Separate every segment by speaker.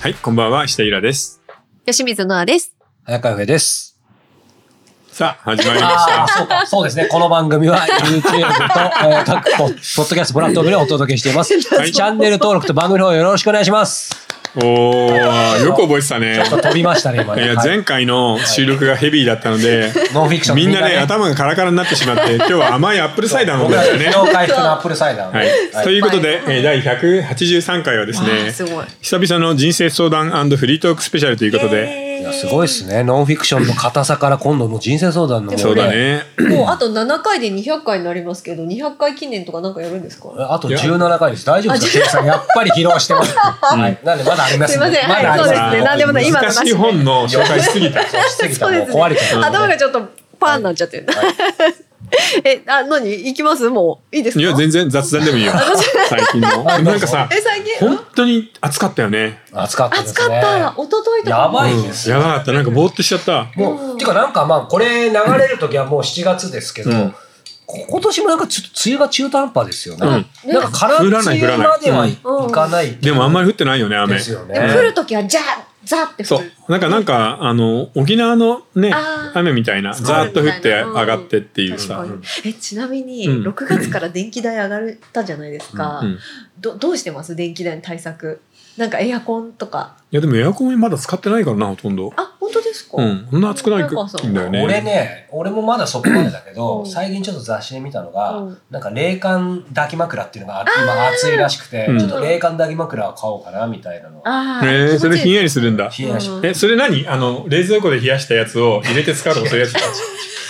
Speaker 1: はい、こんばんは、下平です。
Speaker 2: 吉水のあです。
Speaker 3: 早川上です。
Speaker 1: さあ、始まりまし
Speaker 3: あ
Speaker 1: た
Speaker 3: あ、。そうか、そうですね。この番組は YouTube と、えー各ポッポッドキャストプラットフォームでお届けしています。
Speaker 1: い
Speaker 3: チャンネル登録と番組の方よろしくお願いします。
Speaker 1: おー、よく覚えてたね。
Speaker 3: ちょっと飛びましたね、今
Speaker 1: い
Speaker 3: ね。
Speaker 1: や、
Speaker 3: はい
Speaker 1: 前回の収録がヘビーだったので、
Speaker 3: ノンフィクション
Speaker 1: みんなね、
Speaker 3: ね
Speaker 1: 頭がカラカラになってしまって、今日は甘いアップルサイダー飲ん
Speaker 3: 僕
Speaker 1: でま
Speaker 3: ら
Speaker 1: したね。
Speaker 3: の回復のアップルサイダーをね
Speaker 1: はい。ということで、えー第183回はです
Speaker 2: わあ
Speaker 1: ね、
Speaker 2: すごい。
Speaker 1: 久々の人生相談フリートークスペシャルということで、
Speaker 3: いやすごいですね。ノンフィクションの硬さから今度の人生相談の。
Speaker 1: そうだ。ね。
Speaker 2: もうあと7回で200回になりますけど、200回記念とかなんかやるんですか
Speaker 3: あと17回です。大丈夫ですかケイさん、やっぱり疲労してます。はい。なんでまだあります
Speaker 2: すいません
Speaker 3: だあり
Speaker 2: そう
Speaker 3: ま
Speaker 2: です
Speaker 3: す
Speaker 2: ねなんでもない今の
Speaker 1: 難
Speaker 2: なし
Speaker 1: しい本の紹介しすぎた。
Speaker 3: そうしすぎたらもう
Speaker 2: そう
Speaker 3: 壊
Speaker 2: で
Speaker 3: れちゃう。
Speaker 2: 頭がちょっとパーになっちゃってる。え、あ、何行きますもう。いいですか
Speaker 1: いや、全然雑談でもいいよ。最近の。なんかさ、
Speaker 2: え、最近
Speaker 1: 本当に暑かったよね。
Speaker 3: 暑かったで
Speaker 2: 暑
Speaker 3: す
Speaker 2: かっ
Speaker 3: ね。
Speaker 2: た。一昨日とか。
Speaker 3: やばい
Speaker 1: うん
Speaker 3: です
Speaker 1: やばかった。なんかぼーっとしちゃった。
Speaker 3: もう、てかなんかまあ、これ流れる時はもう7月ですけど、
Speaker 1: うん
Speaker 3: こ今年もなんかちょっと梅雨が中途半端ですよね。
Speaker 2: うん
Speaker 3: なんか空
Speaker 1: 降
Speaker 3: 梅
Speaker 1: らない
Speaker 3: 雨まではい,、
Speaker 2: 降らないうん
Speaker 3: かない
Speaker 1: でもあんまり降ってないよね、雨。
Speaker 3: ですよね。
Speaker 2: でも降るときは、じゃあ、ザって降
Speaker 1: そ
Speaker 2: る。
Speaker 1: う。なんか、なんか、あの、沖縄のね
Speaker 2: あ、ー
Speaker 1: 雨みたいな、ざーっと降って上がってっていう
Speaker 2: 確
Speaker 1: さ
Speaker 2: か。にえちなみに
Speaker 1: うん
Speaker 2: 6月から電気代上がったじゃないですか、
Speaker 1: うんい
Speaker 2: どどうしてます電気代の対策なんかエアコンとか
Speaker 1: や、でもエアコンまだ使ってないからな、ほとんど。
Speaker 2: あ本当ですか、
Speaker 1: うん。そんな暑くない
Speaker 2: なんかさ
Speaker 1: んだよね。
Speaker 3: 俺ね、俺もまだそこまでだけど、
Speaker 2: うん
Speaker 3: 最近ちょっと雑誌で見たのが、
Speaker 2: うん
Speaker 3: なんか冷感抱き枕っていうのが今暑いらしくて、
Speaker 1: うん
Speaker 3: ちょっと冷感抱き枕を買おうかなみたいなの。
Speaker 2: あ
Speaker 1: え
Speaker 2: ー
Speaker 1: ーそれ
Speaker 2: 気持ちい
Speaker 1: ひ
Speaker 2: い
Speaker 1: んやりするんだ。
Speaker 3: 冷やし
Speaker 2: うん
Speaker 1: え、それ何あの、冷蔵庫で冷やしたやつを入れて使うとかそういう やつ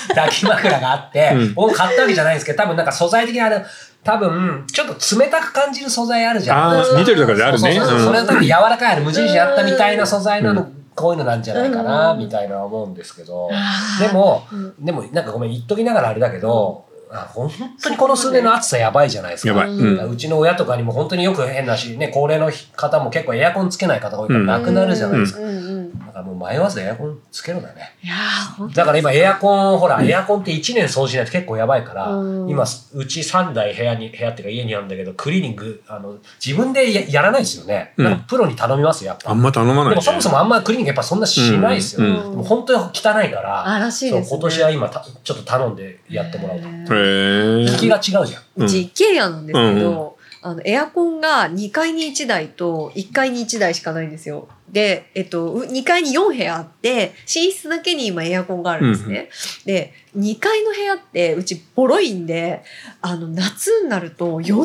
Speaker 3: 抱き枕があって、
Speaker 1: うん
Speaker 3: 僕買ったわけじゃないんですけど、多分なんか素材的にあれ、多分、ちょっと冷たく感じる素材あるじゃん。
Speaker 1: あ
Speaker 2: う
Speaker 1: あ、
Speaker 2: ん
Speaker 1: ニトリとかであるね。
Speaker 3: そうそうそう
Speaker 1: うん
Speaker 3: それは多分柔らかいある無印あったみたいな素材なの、
Speaker 1: う
Speaker 3: こういうのなんじゃないかな、
Speaker 2: うん
Speaker 3: みたいな思うんですけど、
Speaker 2: あー
Speaker 3: でも
Speaker 2: うん
Speaker 3: でもなんかごめん言っときながらあれだけど、あ本当にこの数年の暑さやばいじゃないですか
Speaker 1: やばい。う
Speaker 2: うん
Speaker 3: だからうちの親とかにも本当によく変なし、ね、高齢の方も結構エアコンつけない方が多いからなくなるじゃないですか、
Speaker 2: うんうんうん
Speaker 3: だからもう迷わずエアコンつけるだね
Speaker 2: いやーほん
Speaker 3: だから今エアコンほら、エアコンって1年掃除しないと結構やばいから、
Speaker 2: うん
Speaker 3: 今うち3台部屋に部屋っていうか家にあるんだけどクリーニングあの自分でややらないですよね、
Speaker 1: うん
Speaker 3: なんかプロに頼みますよやっぱ
Speaker 1: あんま頼まないね。
Speaker 3: でもそもそもあんまクリーニングやっぱそんなしないですよ、
Speaker 1: うん
Speaker 3: でも本当に汚いから、
Speaker 2: あらしいですね
Speaker 3: そう今年は今たちょっと頼んでやってもらおうと
Speaker 2: へ
Speaker 1: へ
Speaker 2: ー
Speaker 1: ー
Speaker 3: 引きが違うじゃん
Speaker 1: うん
Speaker 2: うち一軒家なんですけ
Speaker 1: うん
Speaker 2: ど、あのエアコンが2階に1台と1階に1台しかないんですよ。で、えっと、う2階に4部屋あって寝室だけに今エアコンがあるんですね。で2階の部屋ってうちボロいんであの夏になると40度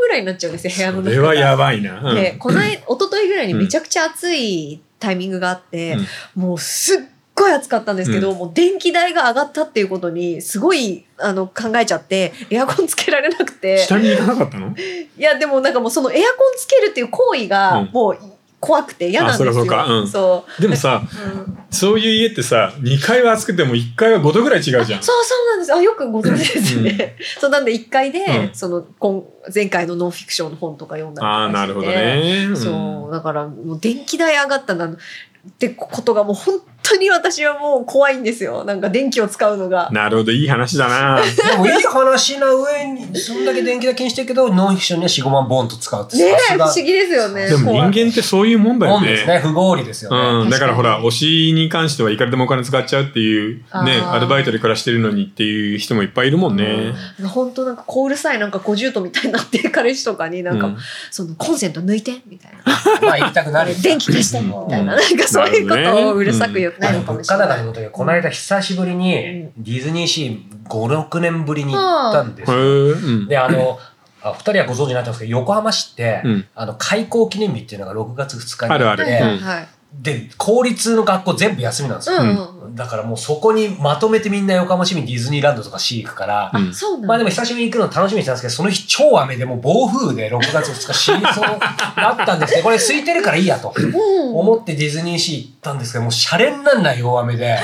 Speaker 2: ぐらいになっちゃうんですよ部屋の
Speaker 1: そ
Speaker 2: 中が。
Speaker 1: れはやばいな。うん
Speaker 2: で、この間、一昨日ぐらいにめちゃくちゃ暑いタイミングがあって、もうすっごい暑かったんですけど、もう電気代が上がったっていうことに、すごい、あの、考えちゃって、エアコンつけられなくて、
Speaker 1: 下に行かなかったの
Speaker 2: いや、でもなんかもうそのエアコンつけるっていう行為
Speaker 1: う
Speaker 2: が
Speaker 1: ん、
Speaker 2: もう怖くて嫌なんですよ。
Speaker 1: あそうかそうかうん
Speaker 2: そ
Speaker 1: でもさ、
Speaker 2: ううん
Speaker 1: そういう家ってさ、2階は暑くても1階は5度ぐらい違うじゃん。
Speaker 2: そうそうなんです。あ、よくご存知ですね。そうなんで1回で、
Speaker 1: うん
Speaker 2: その、今前回のノンフィクションの本とか読んだりとか
Speaker 1: ああ、なるほどね。うん
Speaker 2: そうだからもう電気代上がったなってことがもう本当に私はもう怖いんですよなんか電気を使うのが。
Speaker 1: なるほど、いい話だな。
Speaker 3: でもいい話な上にそんだけ電気代気にしてるけどノンフィクションには45万ボンと使うって
Speaker 2: ねえ不
Speaker 3: さ
Speaker 2: 思
Speaker 3: す
Speaker 2: 議ですよね。
Speaker 1: でも人
Speaker 2: 怖い
Speaker 1: 間ってそういうもんだ
Speaker 3: がボ
Speaker 1: よ
Speaker 3: ンです
Speaker 1: ね。
Speaker 3: ね不合理ですよね、
Speaker 1: うん、だからほ、
Speaker 2: 確からに
Speaker 1: 推しに関してはいくらでもお金使っちゃうっていう、ね、
Speaker 2: あー
Speaker 1: アルバイトで暮らしてるのにっていう人もいっぱいいるもんね。
Speaker 2: 本当なんかこううるさいなんか50度みたいに なって彼氏とかになんか、
Speaker 1: うん
Speaker 2: そのコンセント抜いてみたいな
Speaker 3: まあ言いたくなる
Speaker 2: 電気消してみたいな,、なんかそういうこ
Speaker 1: なるほ
Speaker 2: と
Speaker 1: ど
Speaker 2: を
Speaker 1: ね
Speaker 2: うるさく言って
Speaker 3: あ
Speaker 2: ない
Speaker 3: の
Speaker 2: のか
Speaker 3: 物
Speaker 2: もしれ
Speaker 3: 価
Speaker 2: な
Speaker 3: 高
Speaker 2: い。
Speaker 3: のことでこの間久しぶりにディズニーシー56年ぶりに行ったんです
Speaker 1: へ
Speaker 3: よ、
Speaker 1: え、うん。
Speaker 3: であのあ二人はご存知ないと思うんですけど横浜市って、
Speaker 1: うん
Speaker 3: あの開校記念日っていうのが6月2日に
Speaker 1: あるあ
Speaker 3: って
Speaker 1: る
Speaker 2: はいはいはい
Speaker 3: で公立の学校全部休みなんですよ、
Speaker 2: うんうん
Speaker 3: だからもうそこにまとめてみんな横浜市民ディズニーランドとかシー行くから、
Speaker 1: う
Speaker 2: うんん。そうな
Speaker 3: まあ
Speaker 2: んだ。
Speaker 3: でも久しぶりに行くの楽しみにしてたんですけど、その日超雨でもう暴風で6月2日死にそうだったんですけど、これ空いてるからいいやと
Speaker 2: うん
Speaker 3: 思ってディズニーシー行ったんですけど、もうシャレになんない大雨で、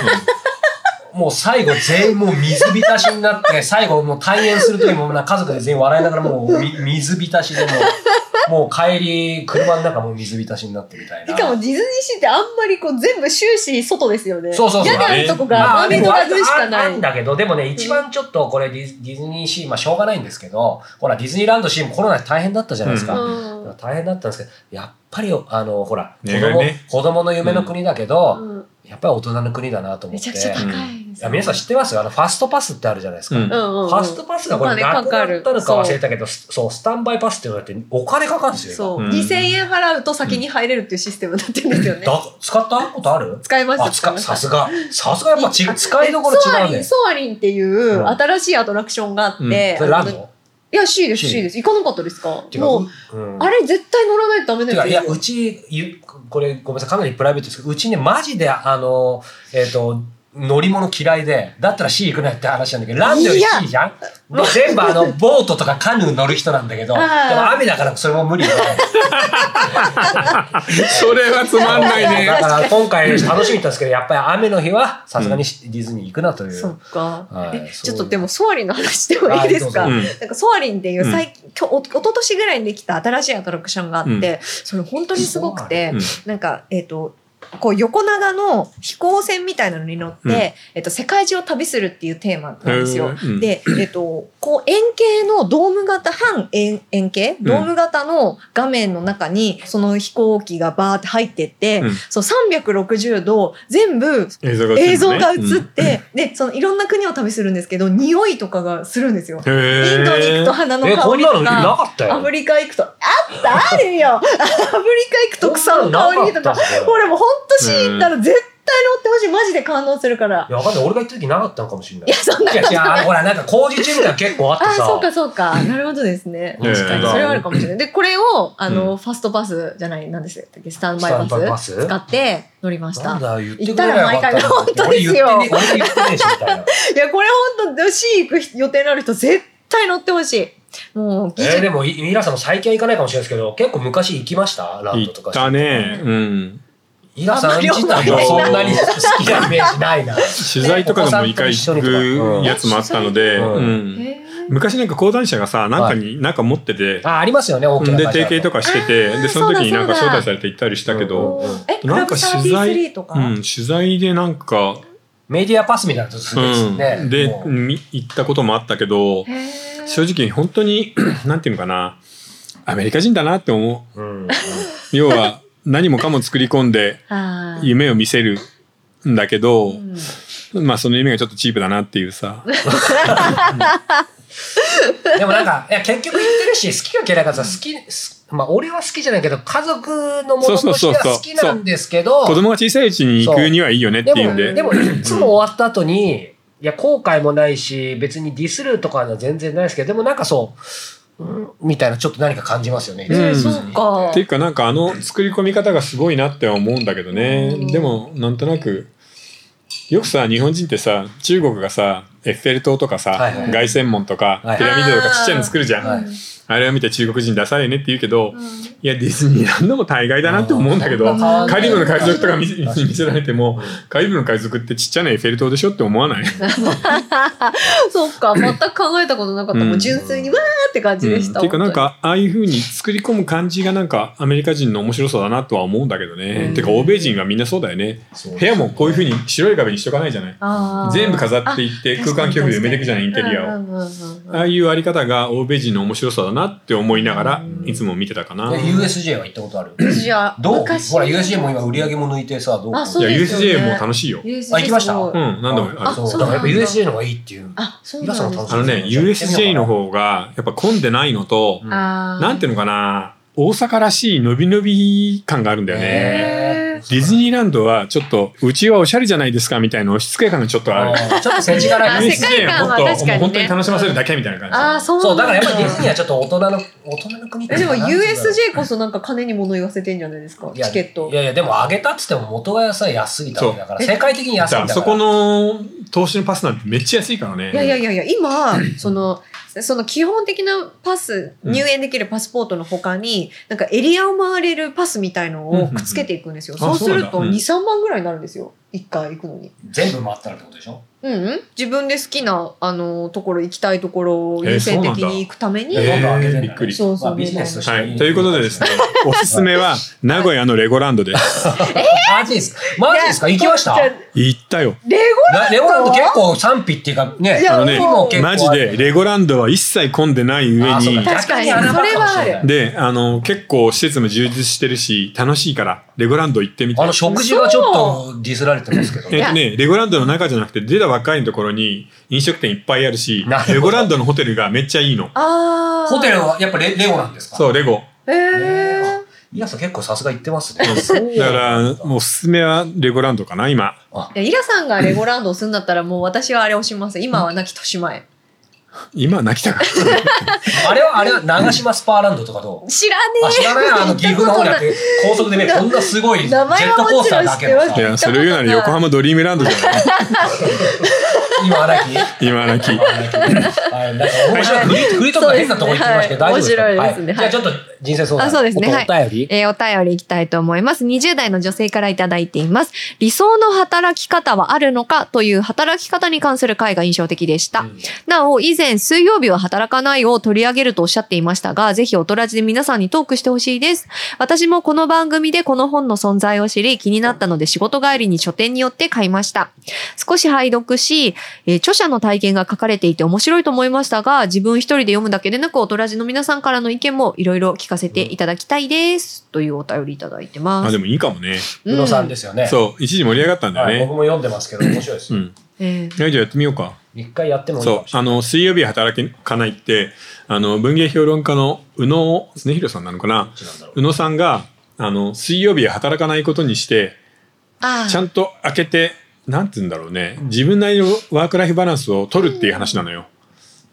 Speaker 3: もう最後全員もう水浸しになって、最後もう退園する時もなんか家族で全員笑いながらもうみ水浸しでもうもう帰り、車の中も水浸しになってみたい
Speaker 2: し
Speaker 3: な。
Speaker 2: かもディズニーシーってあんまりこう全部終始外ですよね。
Speaker 3: そうそうそう
Speaker 2: 嫌なとこが
Speaker 3: ま
Speaker 2: マ
Speaker 3: あ
Speaker 2: ーメイドラグーンしかな
Speaker 3: ああ
Speaker 2: い
Speaker 3: ん。だけど、でもね、一番ちょっとこれディズディズニーシー、まあしょうがないんですけど、ほら、ディズニーランドシーもコロナで大変だったじゃないですか。
Speaker 2: うん
Speaker 3: 大変だったんですけど、やっぱり、あの、ほら、子
Speaker 1: 願い
Speaker 3: 供、
Speaker 1: ね
Speaker 3: 子供の夢の国だけど、
Speaker 2: うん
Speaker 3: やっぱり大人の国だなと思
Speaker 2: め
Speaker 3: って。
Speaker 2: ちゃくちゃ高
Speaker 3: い
Speaker 2: いです
Speaker 3: や
Speaker 2: よ。
Speaker 3: 皆さん知ってますよあの、ファストパスってあるじゃないですか。
Speaker 1: うん
Speaker 2: うんうんうん
Speaker 3: ファストパスがこれ
Speaker 2: お金
Speaker 3: な
Speaker 2: か
Speaker 3: く
Speaker 2: か
Speaker 3: なっ
Speaker 2: る
Speaker 3: たのか忘れたけど、そう、スタンバイパスっていうのだってお金かかるんですよ。今
Speaker 2: そう、
Speaker 1: うん
Speaker 2: 2000円払うと先に入れるっていうシステムになってるんですよね。
Speaker 3: だ使ったことある
Speaker 2: 使いました。
Speaker 3: あ、
Speaker 2: 使い
Speaker 3: 使、
Speaker 2: まし
Speaker 3: さ
Speaker 2: た
Speaker 3: すが。さすがやっぱち使いどころ違
Speaker 2: ソア
Speaker 3: うね。
Speaker 2: リンソアリンっていう新しいアトラクションがあって、
Speaker 3: それランドっ
Speaker 2: いや C です
Speaker 3: C
Speaker 2: C です行かなかったですか
Speaker 3: ていうか
Speaker 2: もう、
Speaker 3: うん
Speaker 2: あれ絶対乗らないとダメ
Speaker 3: て
Speaker 2: な
Speaker 3: か
Speaker 2: や
Speaker 3: い
Speaker 2: つで
Speaker 3: や、
Speaker 2: すよ
Speaker 3: うち、ゆこれごめんなさい、かなりプライベートですけど、うちね、マジで、あの、えっ、と、乗り物嫌いで、だったら C 行くなよって話なんだけど、ランドより
Speaker 2: いや
Speaker 3: C じゃんで全部あの、ボートとかカヌー乗る人なんだけど、でも
Speaker 2: はい
Speaker 3: 雨だからそれも無理で。
Speaker 1: それはつまんないね
Speaker 3: だから今回楽しみだったんですけど、やっぱり雨の日はさすがにしディズニー行くなという。
Speaker 2: そっか、
Speaker 3: はい
Speaker 2: え
Speaker 3: そ
Speaker 2: ち
Speaker 3: う
Speaker 2: ょっとでもソアリンの話でもいいですか、
Speaker 3: あ
Speaker 1: うん
Speaker 2: なんかソアリンっていう
Speaker 1: うん
Speaker 2: 最近、きょおおととしぐらいにできた新しいアトラクションがあって、
Speaker 1: うん
Speaker 2: それ本当にすごくて、
Speaker 1: うん
Speaker 2: なんかえっ、とこう横長の飛行船みたいなのに乗って、
Speaker 1: うん
Speaker 2: えっと、世界中を旅するっていうテーマなんですよ。
Speaker 1: うん
Speaker 2: で、えっと、こう円形のドーム型、半円円形
Speaker 1: ん
Speaker 2: ドーム型の画面の中に、その飛行機がバーって入ってって、
Speaker 1: うん
Speaker 2: そう360度全部
Speaker 1: 映像が
Speaker 2: 映像が映っ
Speaker 1: うん
Speaker 2: て、で、そのいろんな国を旅するんですけど、匂いとかがするんですよ。イ
Speaker 1: へ
Speaker 2: ンドに行くと
Speaker 1: ー
Speaker 2: 花の
Speaker 3: え、こ
Speaker 2: 香
Speaker 3: ん
Speaker 2: り
Speaker 3: な
Speaker 2: と
Speaker 3: のな
Speaker 2: か、
Speaker 3: かったよ。
Speaker 2: アフリカ行くと、あったある よアフリカ行くと草の香りとか、これもうほんとシーンったら絶対乗ってほしい。マジで感動するから
Speaker 3: い。や、わかんない。俺が行った時なかったのかもしれない。
Speaker 2: いや、そんなこ
Speaker 3: いや、
Speaker 2: と
Speaker 3: 違うあの、ほら、なんか工事中みたいなの結構あって
Speaker 2: ああ、
Speaker 3: さ。
Speaker 2: そうかそうか。なるほどですね。
Speaker 1: うん
Speaker 2: 確かに。
Speaker 1: うん
Speaker 2: それはあるかもしれない。で、これを、あの、
Speaker 1: う
Speaker 2: ファストパスじゃない、なんですよ。スタンバイ
Speaker 3: スタンバイ
Speaker 2: パ
Speaker 3: パ
Speaker 2: ス
Speaker 3: ス
Speaker 2: 使って乗りまし
Speaker 3: な
Speaker 2: た
Speaker 3: ん。だ、言ってくれればよかったのに
Speaker 2: 言ったら毎回本当ですよ
Speaker 3: 俺言ってね、俺言ってねえし、みた
Speaker 2: い
Speaker 3: いな。
Speaker 2: や、これほんと、C 行く予定のある人、絶対乗ってほし い。もう、技
Speaker 3: えー
Speaker 2: 術
Speaker 3: でも、いミラさんも最近は行かないかもしれないですけど、結構昔行きましたランド
Speaker 1: 行
Speaker 3: とか
Speaker 1: っ
Speaker 3: して。
Speaker 1: たね。うん。
Speaker 3: ミラさん自体もそんなに好きなイメージないな。
Speaker 1: 取材とかでも一回行くやつもあったので、
Speaker 3: うん
Speaker 1: うん
Speaker 2: へー
Speaker 1: 昔なんか講談社がさ、なんかに、なんか持ってて、
Speaker 3: あ、ありますよね、大きな
Speaker 1: で、
Speaker 3: 会社
Speaker 1: 提
Speaker 3: だ
Speaker 1: 携とかしてて、
Speaker 2: あー
Speaker 1: で、その時になんか
Speaker 2: そ
Speaker 1: 招
Speaker 2: うだそうだ
Speaker 1: 待されて行ったりしたけど、
Speaker 2: おーえ、ク
Speaker 1: な
Speaker 2: ラ
Speaker 1: んか
Speaker 2: ブ
Speaker 1: 取材
Speaker 2: 33とか、
Speaker 1: うん、取材でなんか、
Speaker 3: メディアパスみたいなのす
Speaker 1: う
Speaker 3: るんです
Speaker 1: ん、
Speaker 3: ね。
Speaker 1: で
Speaker 3: も、う
Speaker 1: み行ったこともあったけど、
Speaker 2: へー
Speaker 1: 正直本当に、 なんていうのかな、アメリカ人だなって思
Speaker 3: うんうん
Speaker 1: う。要は、何もかも作り込んで、
Speaker 2: あー
Speaker 1: 夢を見せるんだけど、
Speaker 2: うん
Speaker 1: まあその夢がちょっとチープだなっていうさ。
Speaker 3: でもなんか、いや結局言ってるし、好きが嫌いからさ、好き、すまあ俺は好きじゃないけど、家族のものとしては好きなんですけど、
Speaker 1: 子供が小さいうちに行くにはいいよねって
Speaker 3: で
Speaker 1: いうん
Speaker 3: も、
Speaker 1: で。
Speaker 3: でもいつも終わった後に、いや、後悔もないし、別にディスるとかは全然ないですけど、でもなんかそう、うん、みたいなちょっと何か感じますよね。
Speaker 1: うん
Speaker 2: そうか
Speaker 1: っていうかなんかあの作り込み方がすごいなっては思うんだけどね、
Speaker 2: うん
Speaker 1: でもなんとなくよくさ日本人ってさ中国がさエッフェル塔とかさ、
Speaker 3: はいはい
Speaker 1: 凱旋門とか、
Speaker 3: はい
Speaker 1: ピラミッドとかちっちゃいの作るじゃん、
Speaker 3: はい
Speaker 1: あれを見て中国人ダサいねって言うけど、
Speaker 2: う
Speaker 1: い
Speaker 2: ん
Speaker 1: やディズニーランドも大概だなって思うんだけど、
Speaker 2: うんうん
Speaker 1: カリブの海賊とか見せ
Speaker 3: 確かに
Speaker 1: 見せられてもカリブの海賊ってちっちゃなエッフェル塔でしょって思わない、
Speaker 2: そうか、全く考えたことなかった。
Speaker 1: うん
Speaker 2: もう純粋にわーって感じ
Speaker 1: うん、
Speaker 2: で
Speaker 1: っ
Speaker 2: した。
Speaker 1: ていうかなん
Speaker 2: 本
Speaker 1: かああいう風に作り込む感じがなんかアメリカ人の面白さだなとは思うんだけどね、
Speaker 2: うん
Speaker 1: てか欧米人はみんなそうだよね部屋もこういう風に白い壁にしとかないじゃない
Speaker 2: 当に、あー
Speaker 1: 全部飾っていって
Speaker 2: あ
Speaker 1: 空間記憶で埋めていくじゃないインテリアを
Speaker 2: うんうんうんうん
Speaker 1: ああいうあり方が欧米人の面白さだなって思いながら
Speaker 2: うん
Speaker 1: いつも見てたかな
Speaker 3: で
Speaker 1: い
Speaker 3: USJ は行ったことある
Speaker 2: 私は
Speaker 3: どう
Speaker 2: 昔
Speaker 3: ほら、USJ も今売り上げも抜いてさ、どう
Speaker 2: あそう
Speaker 1: や
Speaker 2: ですよね
Speaker 1: USJ も楽しいよ
Speaker 2: USJ
Speaker 3: あ行きました
Speaker 2: すごい
Speaker 1: うん何度もあ
Speaker 2: あ
Speaker 1: る
Speaker 3: そう
Speaker 2: そう
Speaker 3: だ
Speaker 2: な
Speaker 3: か
Speaker 2: ん
Speaker 3: ら
Speaker 2: だ
Speaker 3: やっぱ USJ の方がいいっていう。
Speaker 2: あ、そう
Speaker 3: 皆さ
Speaker 2: なんん
Speaker 3: も
Speaker 2: で
Speaker 3: 楽し
Speaker 2: す
Speaker 1: あのね USJ の方がやっぱ混んでないのと
Speaker 3: うん
Speaker 2: あー
Speaker 1: なんていうのかな大阪らしい伸び伸び感があるんだよね
Speaker 3: へ
Speaker 1: ディズニーランドはちょっとうちはおしゃれじゃないですかみたいな押し付け感がちょっとあ
Speaker 3: あ
Speaker 1: る
Speaker 3: ーちょっと世知辛
Speaker 2: あ
Speaker 3: い
Speaker 2: 世界
Speaker 1: USJ
Speaker 2: 観
Speaker 1: は
Speaker 2: は
Speaker 1: もっ
Speaker 2: 確
Speaker 1: と
Speaker 2: かにね
Speaker 1: 本当に楽しませるだけみたいな
Speaker 2: あ
Speaker 1: 感
Speaker 2: ー、
Speaker 1: じ
Speaker 2: そう
Speaker 3: そう、だ
Speaker 2: なん
Speaker 3: からやっぱりディズニーはちょっと大人の、大人の国ってい
Speaker 2: で
Speaker 3: う
Speaker 2: も
Speaker 3: かなんていうんだろう
Speaker 2: USJ こそなんか金に物言わせてんじゃないですか
Speaker 3: いや
Speaker 2: チケット
Speaker 3: いやいや、でも上げたっつっても元がさ、安いだけだから、
Speaker 2: そう
Speaker 3: 世界的に安い
Speaker 1: だ
Speaker 3: んだから。
Speaker 1: そこの投資のパスなんてめっちゃ安いからね
Speaker 2: いやいやいやいや今そのその基本的なパス、入園できるパスポートの他に、なんかエリアを回れるパスみたいのをくっつけていくんですよ。
Speaker 1: うんうんうんあ
Speaker 2: そうする
Speaker 1: そ
Speaker 2: と
Speaker 1: うな
Speaker 2: 2、
Speaker 1: んだ
Speaker 2: 3万ぐらいになるんですよ。1回行くのに。
Speaker 3: 全部回ったらってことでしょ
Speaker 2: うん、うん、自分で好きな、あの、ところ、行きたいところを優先的に行くために、
Speaker 1: えーそうなんだ
Speaker 3: どんどん上げてんだね
Speaker 1: びっくり
Speaker 2: そうそう
Speaker 3: まあビジネスとして
Speaker 1: はいい。ということでですね、おすすめは、名古屋のレゴランドです。
Speaker 3: マジですかマジですか行きました
Speaker 2: いや
Speaker 1: 行ったよ。
Speaker 2: レ
Speaker 3: なレゴランド結構賛否っていうかね
Speaker 2: いや
Speaker 1: あのね
Speaker 3: 今も結構
Speaker 1: マジで、レゴランドは一切混んでない上
Speaker 3: あそう
Speaker 1: に
Speaker 3: か、
Speaker 2: 確かに
Speaker 3: 逆穴場かもし
Speaker 2: それ
Speaker 3: れ
Speaker 2: は
Speaker 3: な
Speaker 2: あ
Speaker 3: い
Speaker 1: で、あの、結構施設も充実してるし、楽しいから、レゴランド行ってみて
Speaker 3: あ。の食事がちょっとディスられてますけど
Speaker 1: えっとね、レゴランドの中じゃなくて、出たばっかりのところに飲食店いっぱいあるし
Speaker 3: なるほ、ど
Speaker 1: レゴランドのホテルがめっちゃいいの。
Speaker 2: あー
Speaker 3: ホテルはやっぱレレゴなんですか
Speaker 1: そうう、レゴ。
Speaker 2: えー
Speaker 3: イラさん結構さすが言ってますね
Speaker 1: だから、もうおすすめはレゴランドかな、今。
Speaker 2: いやイラさんがレゴランドをするんだったらもう私はあれをします。今は亡き年前。
Speaker 1: 今は泣きたかった。
Speaker 3: あれはあれは長島スパーランドとかどう
Speaker 2: 知らねえ
Speaker 3: あ知らないあの岐阜の方だって高速でね
Speaker 2: な
Speaker 3: こんなすごいジェ
Speaker 2: 名前
Speaker 3: ッ
Speaker 2: は
Speaker 3: トコースターだけど
Speaker 2: も
Speaker 3: さ
Speaker 2: ち
Speaker 1: い
Speaker 2: ろん知って
Speaker 1: や、そ
Speaker 2: ま
Speaker 1: れを言うなら横浜ドリームランドじゃない。
Speaker 3: 今荒木
Speaker 1: 今泣 き。
Speaker 3: はい、なんか面白い。フリーフリートークが変なとこ行ってましたけど、
Speaker 2: はい
Speaker 3: 大丈夫ですか
Speaker 2: 面白いですね
Speaker 3: はじゃあちょっと人生相談。
Speaker 2: あそうですねはい
Speaker 3: お便り。
Speaker 2: えーお便りいきたいと思います。20代の女性からいただいています。理想の働き方はあるのかという働き方に関する回が印象的でした。
Speaker 3: うん
Speaker 2: なお、以前、水曜日は働かないを取り上げるとおっしゃっていましたが、ぜひおとらじで皆さんにトークしてほしいです。私もこの番組でこの本の存在を知り、気になったので仕事帰りに書店によって買いました。少し拝読し、えー著者の体験が書かれていて面白いと思いましたが、自分一人で読むだけでなく、おとらじの皆さんからの意見もいろいろ聞かせていただきたいです。というお便りいただいてま
Speaker 1: あ、
Speaker 2: す。
Speaker 1: でもいいかもね。
Speaker 3: 宇野さん
Speaker 2: で。
Speaker 3: ですよね。
Speaker 1: そう、一時盛り上がったんだよ
Speaker 3: はい、僕
Speaker 1: ね。
Speaker 3: も読んでますけど、面白いです
Speaker 1: う
Speaker 3: よ。
Speaker 1: ん。
Speaker 2: え
Speaker 1: じゃあやってみようか。
Speaker 3: 一回やってもいいか
Speaker 1: そう
Speaker 3: も、しれ
Speaker 1: あの、水曜日働かないって、あの、文芸評論家の宇野恒弘さんなのかな
Speaker 3: ない。どっちなんだろう
Speaker 1: 宇野さんが、あの、水曜日働かないことにして、
Speaker 2: あ
Speaker 1: ちゃんと開けて、なんて言うんだろうね、自分なりのワークライフバランスを取るっていう話なのよ。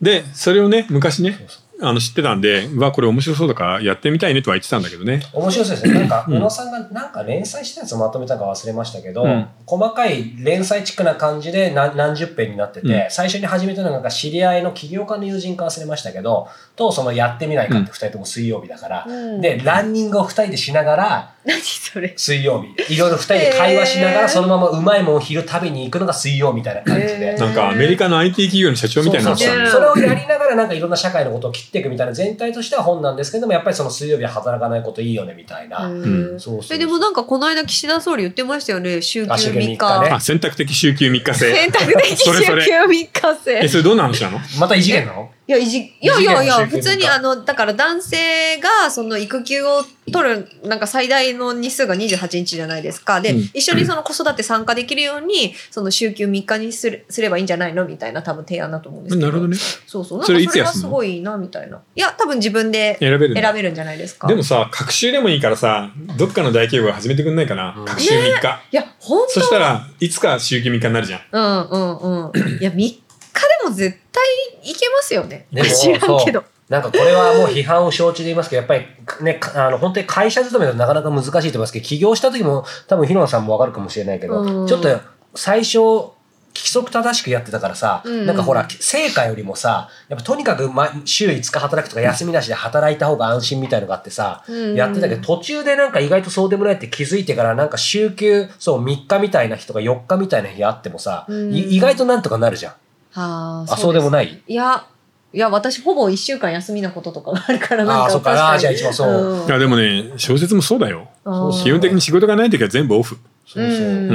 Speaker 1: で、それをね、昔ね、あの、知ってたんで、うわ、これ面白そうだからやってみたいねとは言ってたんだけどね。
Speaker 3: 面白そうですね。なんか、
Speaker 1: うん
Speaker 3: 宇野さんがなんか連載したやつをまとめたか忘れましたけど、
Speaker 1: うん
Speaker 3: 細かい連載チックな感じで何何十編になってて、
Speaker 1: うん
Speaker 3: 最初に始めたのがなんか知り合いの起業家の友人か忘れましたけど、とそのやってみないかって二人とも水曜日だから、
Speaker 2: うん
Speaker 3: で、ランニングを二人でしながら、
Speaker 2: 何それ。
Speaker 3: 水曜 日いろいろ二人で会話しなが
Speaker 2: へー
Speaker 3: らそのままうまいもんを昼食べに行くのが水曜みたいな感じ
Speaker 2: へ
Speaker 3: で
Speaker 2: ー。
Speaker 1: なんか、アメリカの IT 企業の社長みたいになってた
Speaker 3: そ
Speaker 1: ん
Speaker 3: う
Speaker 1: だ
Speaker 3: そう
Speaker 1: よ
Speaker 3: そうそれをやりながらなんかいろんな社会のことを切っていくみたいな全体としては本なんですけどもやっぱりその水曜日は働かないこといいよねみたいな、
Speaker 2: うん
Speaker 3: そうそう
Speaker 2: えでもなんかこの間岸田総理言ってましたよね週休
Speaker 3: あ週休
Speaker 2: 3日
Speaker 3: 3日 ね
Speaker 1: あ、選択的週休3日制。
Speaker 2: 選択的週
Speaker 1: それそ
Speaker 2: 休
Speaker 1: れ
Speaker 2: 3日
Speaker 1: え、
Speaker 2: 制
Speaker 1: それどんな話なの
Speaker 3: また異次元なの
Speaker 2: いやいじいやいやいや
Speaker 3: 異次元の週休三日
Speaker 2: 普通にあのだから男性がその育休を取るなんか最大の日数が28日じゃないですかで、
Speaker 1: うん
Speaker 2: 一緒にその子育て参加できるようにその週休3日にするすればいいんじゃないのみたいな多分提案だと思うんですけど
Speaker 1: なるほどね。
Speaker 2: そうそうなん
Speaker 1: そ
Speaker 2: か
Speaker 1: れ
Speaker 2: それが
Speaker 1: いつ休
Speaker 2: す
Speaker 1: むの
Speaker 2: ごいなみたいないや多分自分で
Speaker 1: 選べるんだ
Speaker 2: 選べるんじゃないですか
Speaker 1: でもさ、隔週でもいいからさ、どっかの大企業が始めてくんないかな
Speaker 3: う。ん
Speaker 1: 隔週3日。
Speaker 2: いや本
Speaker 1: そしたらいつか週休3日になるじゃん。
Speaker 2: 当うんうんうんいや3日でも絶対いけますよね
Speaker 3: でも
Speaker 2: 知らんけど
Speaker 3: なんかこれはもう批判を承知で言いますけどやっぱりねかあの本当に会社勤めだとなかなか難しいと思いますけど起業した時も多分広野さんもわかるかもしれないけど、
Speaker 2: うん
Speaker 3: ちょっと最初規則正しくやってたからさ、
Speaker 2: うん
Speaker 3: なんかほら成果よりもさやっぱとにかくま週5日働くとか休みなしで働いた方が安心みたいのがあってさ、
Speaker 2: うん
Speaker 3: やってたけど途中でなんか意外とそうでもないって気づいてからなんか週休そう3日みたいな日とか4日みたいな日あってもさ、
Speaker 2: うん
Speaker 3: い意外となんとかなるじゃん。
Speaker 2: あー
Speaker 3: あそうでも
Speaker 2: い。
Speaker 3: ない
Speaker 2: いや、いや、私、ほぼ一週間休みなこととかがあるから、なん
Speaker 3: あ
Speaker 2: か
Speaker 3: あーそっか
Speaker 2: 確
Speaker 3: あ
Speaker 2: か
Speaker 3: ー
Speaker 2: に
Speaker 3: じゃあ一番そう。
Speaker 2: うん
Speaker 1: いやでもね、小説もそうだよ。
Speaker 2: あー
Speaker 1: 基本的に仕事がない時は全部オフ。
Speaker 3: そうそう
Speaker 1: うん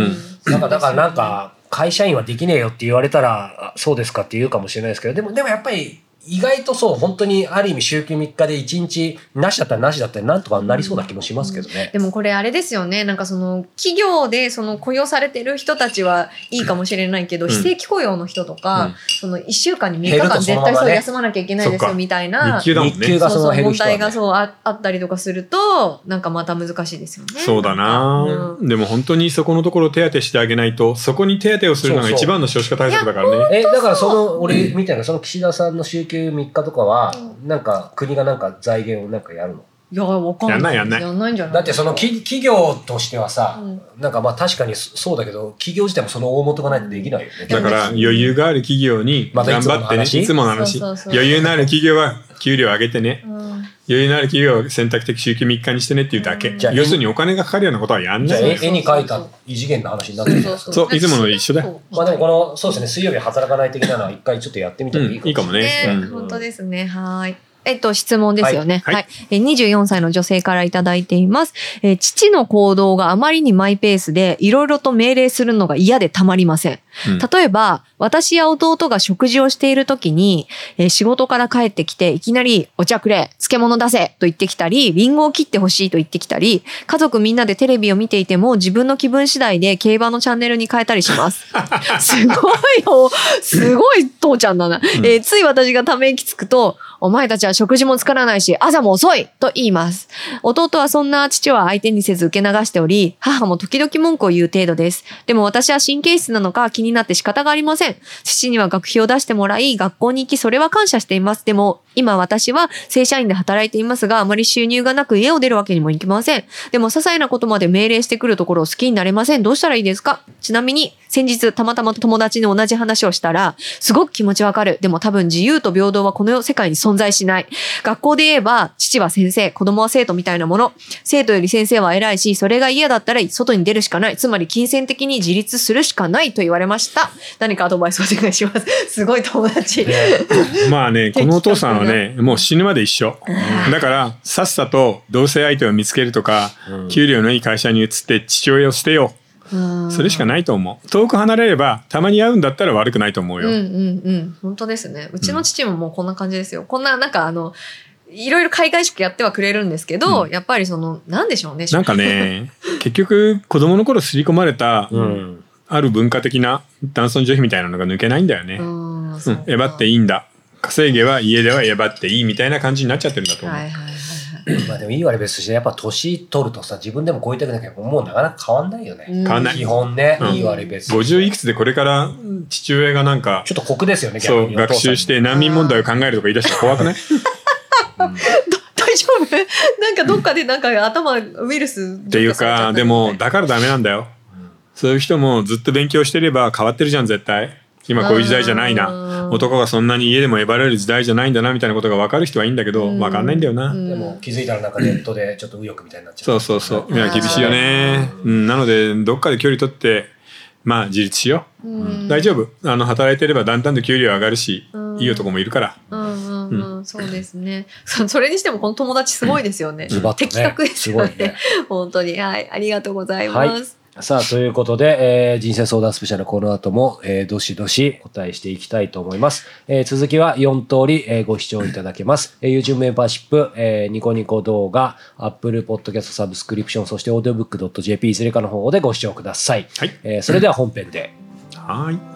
Speaker 3: なんかだからなん、か会社員はできねえよって言われたらあそうですかって言うかもしれないですけどでもでもやっぱり意外とそう本当にある意味週休3日で1日なしだったらなしだったらなんとかなりそうな気もしますけどね。
Speaker 2: でもこれあれですよね。なんかその企業でその雇用されてる人たちはいいかもしれないけど、
Speaker 1: うん
Speaker 2: 非正規雇用の人と
Speaker 1: う
Speaker 2: か
Speaker 1: ん、
Speaker 2: その一週間に3
Speaker 3: 減
Speaker 2: 日
Speaker 3: る
Speaker 2: 間
Speaker 3: とそ
Speaker 2: 絶
Speaker 3: の
Speaker 2: 対
Speaker 3: ままね
Speaker 2: そう休まなきゃいけないです
Speaker 1: そっ
Speaker 2: よ
Speaker 1: か
Speaker 2: みたいな、
Speaker 1: 日給だもん
Speaker 3: 日給
Speaker 1: ね。
Speaker 3: が
Speaker 2: そう
Speaker 3: そ
Speaker 2: そう
Speaker 3: の減る
Speaker 2: 問
Speaker 3: 人はね
Speaker 2: 題がそうああったりとかすると、なんかまた難しいですよね。
Speaker 1: そうだな、
Speaker 2: う
Speaker 1: でも本当にそこのところ手当てしてあげないと、そこに手当てをするのが一番の少子化対策だからね。
Speaker 3: えだからその俺みたいなその岸田さんの週休3日とかはなんか国がなんか財源をなんかやるの
Speaker 2: いや、わかんない。
Speaker 1: やんないやんない
Speaker 2: やんないんじゃない
Speaker 3: だってその企企業としてはさ、
Speaker 2: う
Speaker 3: なんかまあ確かにそそうだけど企業自体もその大元がないとできないよね
Speaker 1: だから余裕がある企業に
Speaker 3: また
Speaker 1: 頑
Speaker 3: いつもの
Speaker 1: 張ってね、
Speaker 3: 話
Speaker 1: いつもの話
Speaker 2: そうそうそう
Speaker 1: 余裕のある企業は給料上げてね
Speaker 2: うん
Speaker 1: 余裕のある企業は選択的週休3日にしてねっていうだけ、
Speaker 2: うん
Speaker 3: じゃあ
Speaker 1: 要するにお金がかかるようなことはやん
Speaker 3: じ
Speaker 1: な
Speaker 3: ゃあ
Speaker 1: い
Speaker 2: そうそう
Speaker 1: のよ
Speaker 3: 絵
Speaker 2: そう
Speaker 3: 絵に描いた異次元の話になってるじゃないですか
Speaker 1: そういつもの一緒だよ
Speaker 2: そう
Speaker 3: まあでもこのそうですね水曜日働かない的なのは一回ちょっとやってみた
Speaker 1: う
Speaker 3: ら
Speaker 1: ん
Speaker 3: いいかも
Speaker 1: いいかもね
Speaker 2: ね
Speaker 1: うん
Speaker 2: 本当ですね。はい。えっと、質問ですよね。は、
Speaker 1: はいい
Speaker 2: えー24歳の女性からいただいています。えー父の行動があまりにマイペースで、いろいろと命令するのが嫌でたまりません。
Speaker 1: うん
Speaker 2: 例えば、私や弟が食事をしている時に、えー仕事から帰ってきて、いきなり、お茶くれ、漬物出せと言ってきたり、リンゴを切ってほしいと言ってきたり、家族みんなでテレビを見ていても、自分の気分次第で競馬のチャンネルに変えたりします。すごいよ。すごい父ちゃんだな。
Speaker 1: ん
Speaker 2: えーつい私がため息つくと、お前たちは食事も作らないし、朝も遅いと言います。弟はそんな父は相手にせず受け流しており、母も時々文句を言う程度です。でも私は神経質なのか気になって仕方がありません。父には学費を出してもらい、学校に行きそれは感謝しています。でも、今私は正社員で働いていますが、あまり収入がなく家を出るわけにもいきません。でも、些細なことまで命令してくるところを好きになれません。どうしたらいいですかちなみに、先日、たまたま友達に同じ話をしたら、すごく気持ちわかる。でも多分自由と平等はこの世界に存在しない。学校で言えば、父は先生、子供は生徒みたいなもの。生徒より先生は偉いし、それが嫌だったら外に出るしかない。つまり、金銭的に自立するしかないと言われました。何かアドバイスお願いします。 すごい友達。
Speaker 1: まあねこのお父さんはねもう死ぬまで一緒だからさっさと同性相手を見つけるとか、
Speaker 3: うん
Speaker 1: 給料のいい会社に移って父親を捨てようそれしか
Speaker 2: ない。
Speaker 1: ないと思う遠く離れればたまに会うんだったら悪くないと思う
Speaker 2: うん
Speaker 1: よ、
Speaker 2: うんうん。本当ですね。うちの父ももうこんな感じですよ。こんな、なんかあの、いろいろ海外式やってはくれるんですけど、
Speaker 1: う
Speaker 2: やっぱりその、なんでしょうね。
Speaker 1: なんかね結局子供の頃刷り込まれた
Speaker 3: うん
Speaker 1: ある文化的な男尊女卑みたいなのが抜けないんだよね、
Speaker 2: う
Speaker 1: うん
Speaker 2: ん、うん、
Speaker 1: えばっていいんだ稼げは家ではえばっていいみたいな感じになっちゃってるんだと思う、
Speaker 2: はいはい はいはい。
Speaker 3: まあでもいい割別としてやっぱ年取るとさ自分でもこう言いたくないけどもうなかなか変わんない よね、
Speaker 1: 変わんない
Speaker 3: 基本ね、
Speaker 1: うん
Speaker 3: いい割別
Speaker 1: 50いくつでこれから父親がなんか
Speaker 3: ちょっと酷ですよね
Speaker 1: そ
Speaker 3: 逆
Speaker 1: う
Speaker 3: に
Speaker 1: 学習して難民問題を考えるとか言い出したら怖くない
Speaker 2: ど大丈夫 なんかどっかでなんか頭ウイルスっ
Speaker 1: って いうかでもだからダメなんだよそういう人もずっと勉強してれば変わってるじゃん絶対今こういう時代じゃない
Speaker 2: あー
Speaker 1: な男がそんなに家でもえばれる時代じゃないんだなみたいなことが分かる人はいいんだけど
Speaker 2: うん
Speaker 1: 分かんないんだよな、
Speaker 3: でも気づいたらなんかネットでちょっと右翼みたいになっちゃ
Speaker 1: そうそうそういや
Speaker 2: あー
Speaker 1: 厳しいよね、うん、なのでどっかで距離取ってまあ自立しよ
Speaker 2: うん
Speaker 1: う大丈夫あの働いてればだんだんと給料上がるし
Speaker 2: うん
Speaker 1: いい男もいるから
Speaker 2: うんうんうん、そうですね。そそれにしてもこの友達すごいですよね。
Speaker 3: ズバッとね
Speaker 2: 的確ですよね。
Speaker 3: すごいね
Speaker 2: 本当に。はい。ありがとうございます。
Speaker 3: さあ、ということで、えー人生相談スペシャル、この後も、えーどしどしお答えしていきたいと思います。えー続きは4通り、えーご視聴いただけます。えー YouTube メンバーシップ、えーニコニコ動画、Apple Podcast サブスクリプション、そして audiobook.jp いずれかの方でご視聴ください。
Speaker 1: はい
Speaker 3: えーそれでは本編で。
Speaker 1: はーい